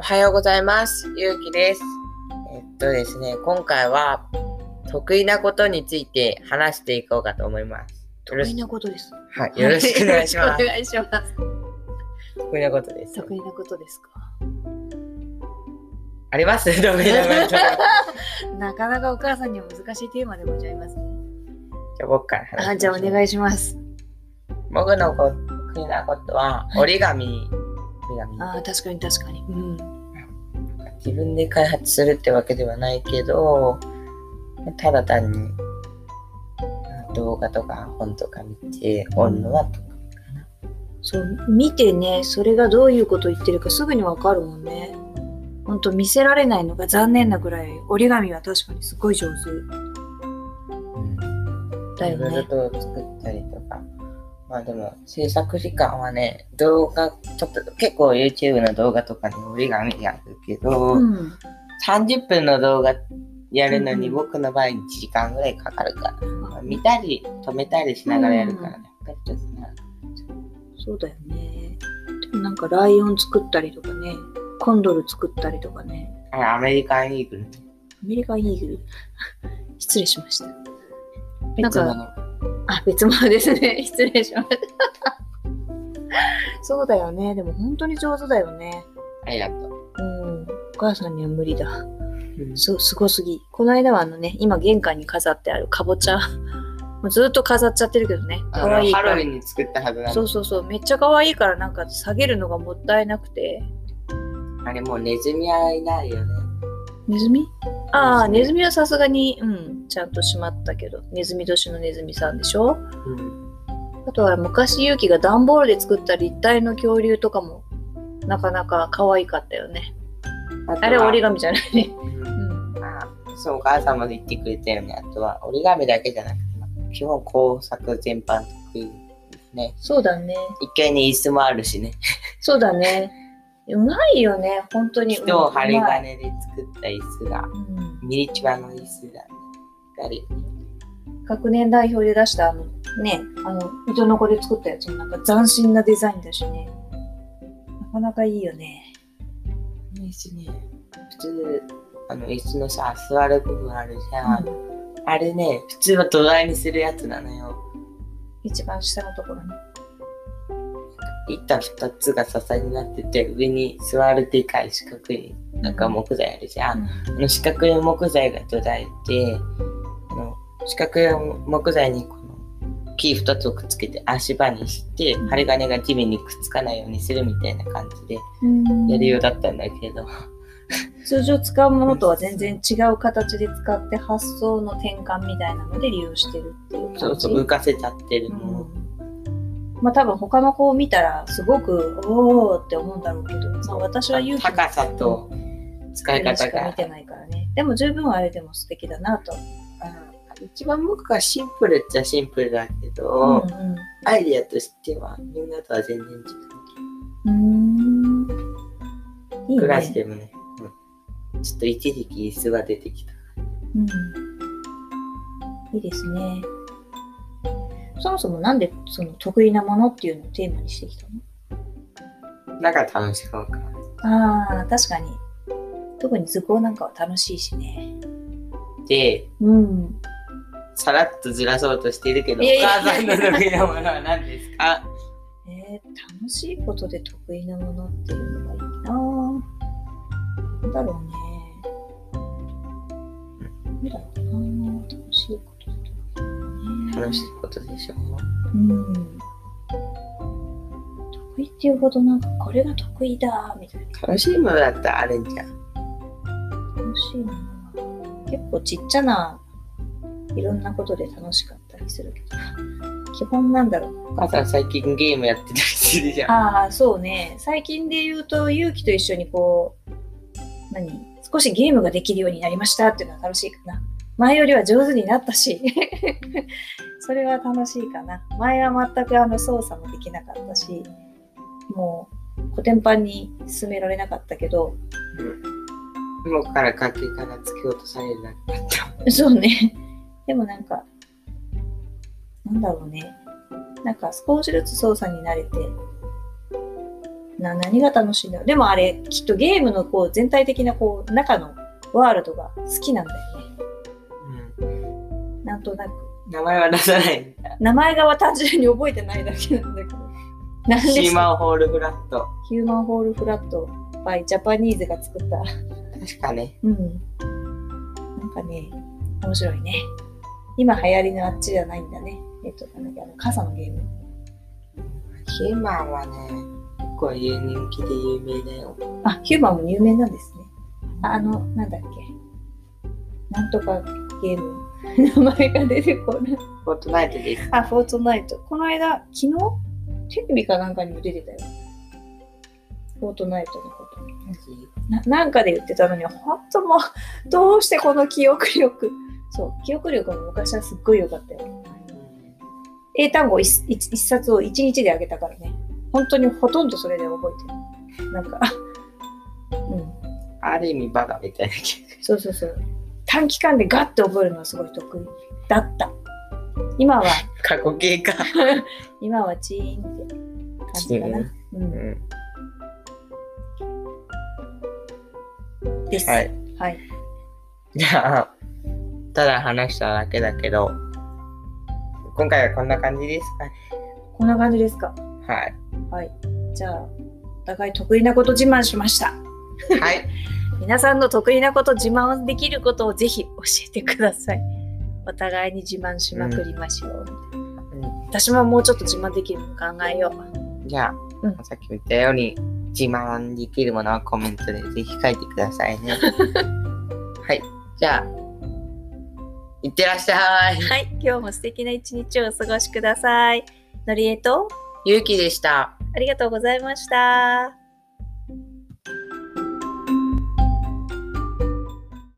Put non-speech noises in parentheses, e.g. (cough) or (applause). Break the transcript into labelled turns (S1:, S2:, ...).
S1: はようございます。ゆうきです。えっとですね、今回は得意なことについて話していこうかと思います。
S2: 得意なことです。
S1: はい、よろしくお願いします。
S2: お願いします。
S1: 得意なことです。
S2: 得意なことですか。
S1: あります (laughs)
S2: (laughs) なかなかお母さんには難しいテーマでございますね。
S1: じゃあ僕から話
S2: あ、じゃあお願いします。
S1: 僕の得意なことは折り紙。はい
S2: あ確かに確かに、うん、
S1: 自分で開発するってわけではないけどただ単に動画とか本とか見ておるのは得意かな、、
S2: うん、そう見てねそれがどういうこと言ってるかすぐにわかるもんねほんと見せられないのが残念なぐらい折り紙は確かにすごい上手、うん
S1: だよね自分と作ったりとかまあでも制作時間はね動画ちょっと結構 YouTube の動画とかに折り紙やるけど、うん、30分の動画やるのに僕の場合1時間ぐらいかかるから、うん、まあ、見たり止めたりしながらやるからね、ね、うん、やっぱりちょっとな
S2: そうだよねでもなんかライオン作ったりとかねコンドル作ったりとかね
S1: あアメリカンイーグル
S2: アメリカンイーグル (laughs) 失礼しましたなんかあ、別物ですね。 (laughs) 失礼しました。そうだよね。でも本当に上手だよね。
S1: ありがとう。
S2: うん。お母さんには無理だ。うん、す、すごすぎ。この間はあのね、今玄関に飾ってあるかぼちゃ。 (laughs) もうずっと飾っちゃってるけどね。
S1: かわいいから。ハロウィンに作ったはずな
S2: そうそうそう。めっちゃかわいいからなんか下げるのがもったいなくて。
S1: あれもうネズミはいないよね。
S2: ネズミああ、ネズミはさすがに、うん、ちゃんとしまったけど、ネズミ年のネズミさんでしょ、うん、あとは昔、勇気が段ボールで作った立体の恐竜とかも、なかなか可愛かったよね。あれ折り紙じゃないね。
S1: うんうん、あそう、お母さんも言ってくれたよね。あとは折り紙だけじゃなくて、基本工作全般得意ね。
S2: そうだね。
S1: 一階に椅子もあるしね。
S2: そうだね。うまいよね、本当に。
S1: 人を針金で作った椅子が、うん、ミニチュアの椅子だね。
S2: 学年代表で出したあのね、あの、糸の子で作ったやつもなんか斬新なデザインだしね。なかなかいいよね。
S1: いいしね。普通、あの椅子のさ、座る部分あるじゃ、うん。あれね、普通は土台にするやつなのよ。
S2: 一番下のところに。
S1: 板2つが支えになってて上に座るでかい四角いなんか木材あるじゃん、うん、あの四角い木材が土台であの四角い木材にこの木2つをくっつけて足場にして、うん、針金が地面にくっつかないようにするみたいな感じでやるようだったんだけど、
S2: 通常使うものとは全然違う形で使って発想の転換みたいなので利用してるっていう
S1: そうそう浮かせちゃってるもの、うん
S2: まあ多分他の子を見たらすごくおおって思うんだろうけど、まあ、私は勇気
S1: 高さと使い方
S2: が見てないからねでも十分あれでも素敵だなと
S1: 一番僕がシンプルっちゃシンプルだけど、うんうん、アイディアとしてはみんなとは全然違ううんいい、ね、クラスでもね、うん、ちょっと一時期椅子が出てきた、
S2: うん、いいですねそもそもなんでその得意なものっていうのをテーマにしてきた
S1: のなんか楽しそうか。
S2: ああ、確かに。特に図工なんかは楽しいしね。
S1: で、うん、さらっとずらそうとしているけど、お母さんの得意なものは何ですか
S2: えー、楽しいことで得意なものっていうのがいいななんだろうね。なんだろうな楽しいことで
S1: 楽しいことでしょ
S2: う。うん。得意っていうほどなんかこれが得意だみたいな。
S1: 楽しいものだったらあるんじゃん。
S2: 楽しいもの結構ちっちゃないろんなことで楽しかったりするけど。 (laughs) 基本なんだろう。
S1: お母さん最近ゲームやってたりするじゃん。
S2: ああ、そうね。最近で言うと、ゆうきと一緒にこう、何少しゲームができるようになりましたっていうのは楽しいかな。前よりは上手になったし (laughs) それは楽しいかな前は全くあの操作もできなかったしもうコテンパンに進められなかったけど、
S1: うん、もうから崖から突き落とされるなかった
S2: (laughs) そうねでもなんかなんだろうねなんか少しずつ操作に慣れてな何が楽しいんだろうでもあれきっとゲームのこう全体的なこう中のワールドが好きなんだよね
S1: うん、
S2: なんとなく
S1: 名前は出さないんだ。
S2: 名前がは単純に覚えてないだけなんだけど何で
S1: ヒ
S2: し
S1: ー
S2: た
S1: マンホールフラット。
S2: ヒューマンホールフラット by ジャパニーズが作った
S1: 確かね。
S2: うんなんかね面白いね今流行りのあっちじゃないんだねえっとなんだっけあの傘のゲーム
S1: ヒーマンはね、結構有人気で有名だよ。
S2: あ、ヒューマンも有名なんですね。ああの、なんだっけ。なんとかゲーム。 (laughs) 名前が出てこない。
S1: フォートナイトです。
S2: あ、フォートナイト。この間、昨日テレビかなんかにも出てたよ。フォートナイトのこと。ななんかで言ってたのに、本当もう、 (laughs) どうしてこの記憶力。そう、記憶力も昔はすっごい良かったよ。英単語 1, 冊を1日であげたからね。本当にほとんどそれで覚えてる。なんか、 (laughs) うん。
S1: ある意味バカみたいな気が
S2: そうそうそう。短期間でガッて覚えるのはすごい得意だった。今は、
S1: 過去形か。
S2: 今はチーンって感じかな。う、
S1: うんん。
S2: です。
S1: はい。
S2: はい。
S1: じゃあ、ただ話しただけだけど、今回はこんな感じですかね。
S2: こんな感じですか。
S1: はい。
S2: はい。じゃあ、お互い得意なこと自慢しました。
S1: はい。
S2: 皆さんの得意なこと自慢できることをぜひ教えてください。お互いに自慢しまくりましょう。
S1: うん
S2: 私ももうちょっと自慢できるの考えよう。
S1: じゃあ、
S2: うん
S1: さっきも言ったように、自慢できるものはコメントでぜひ書いてくださ (laughs) いね。はい。じゃあ、いってらっしゃい。
S2: はい。今日も素敵な一日をお過ごしください。のりえと、
S1: ゆうきでした。
S2: ありがとうございました。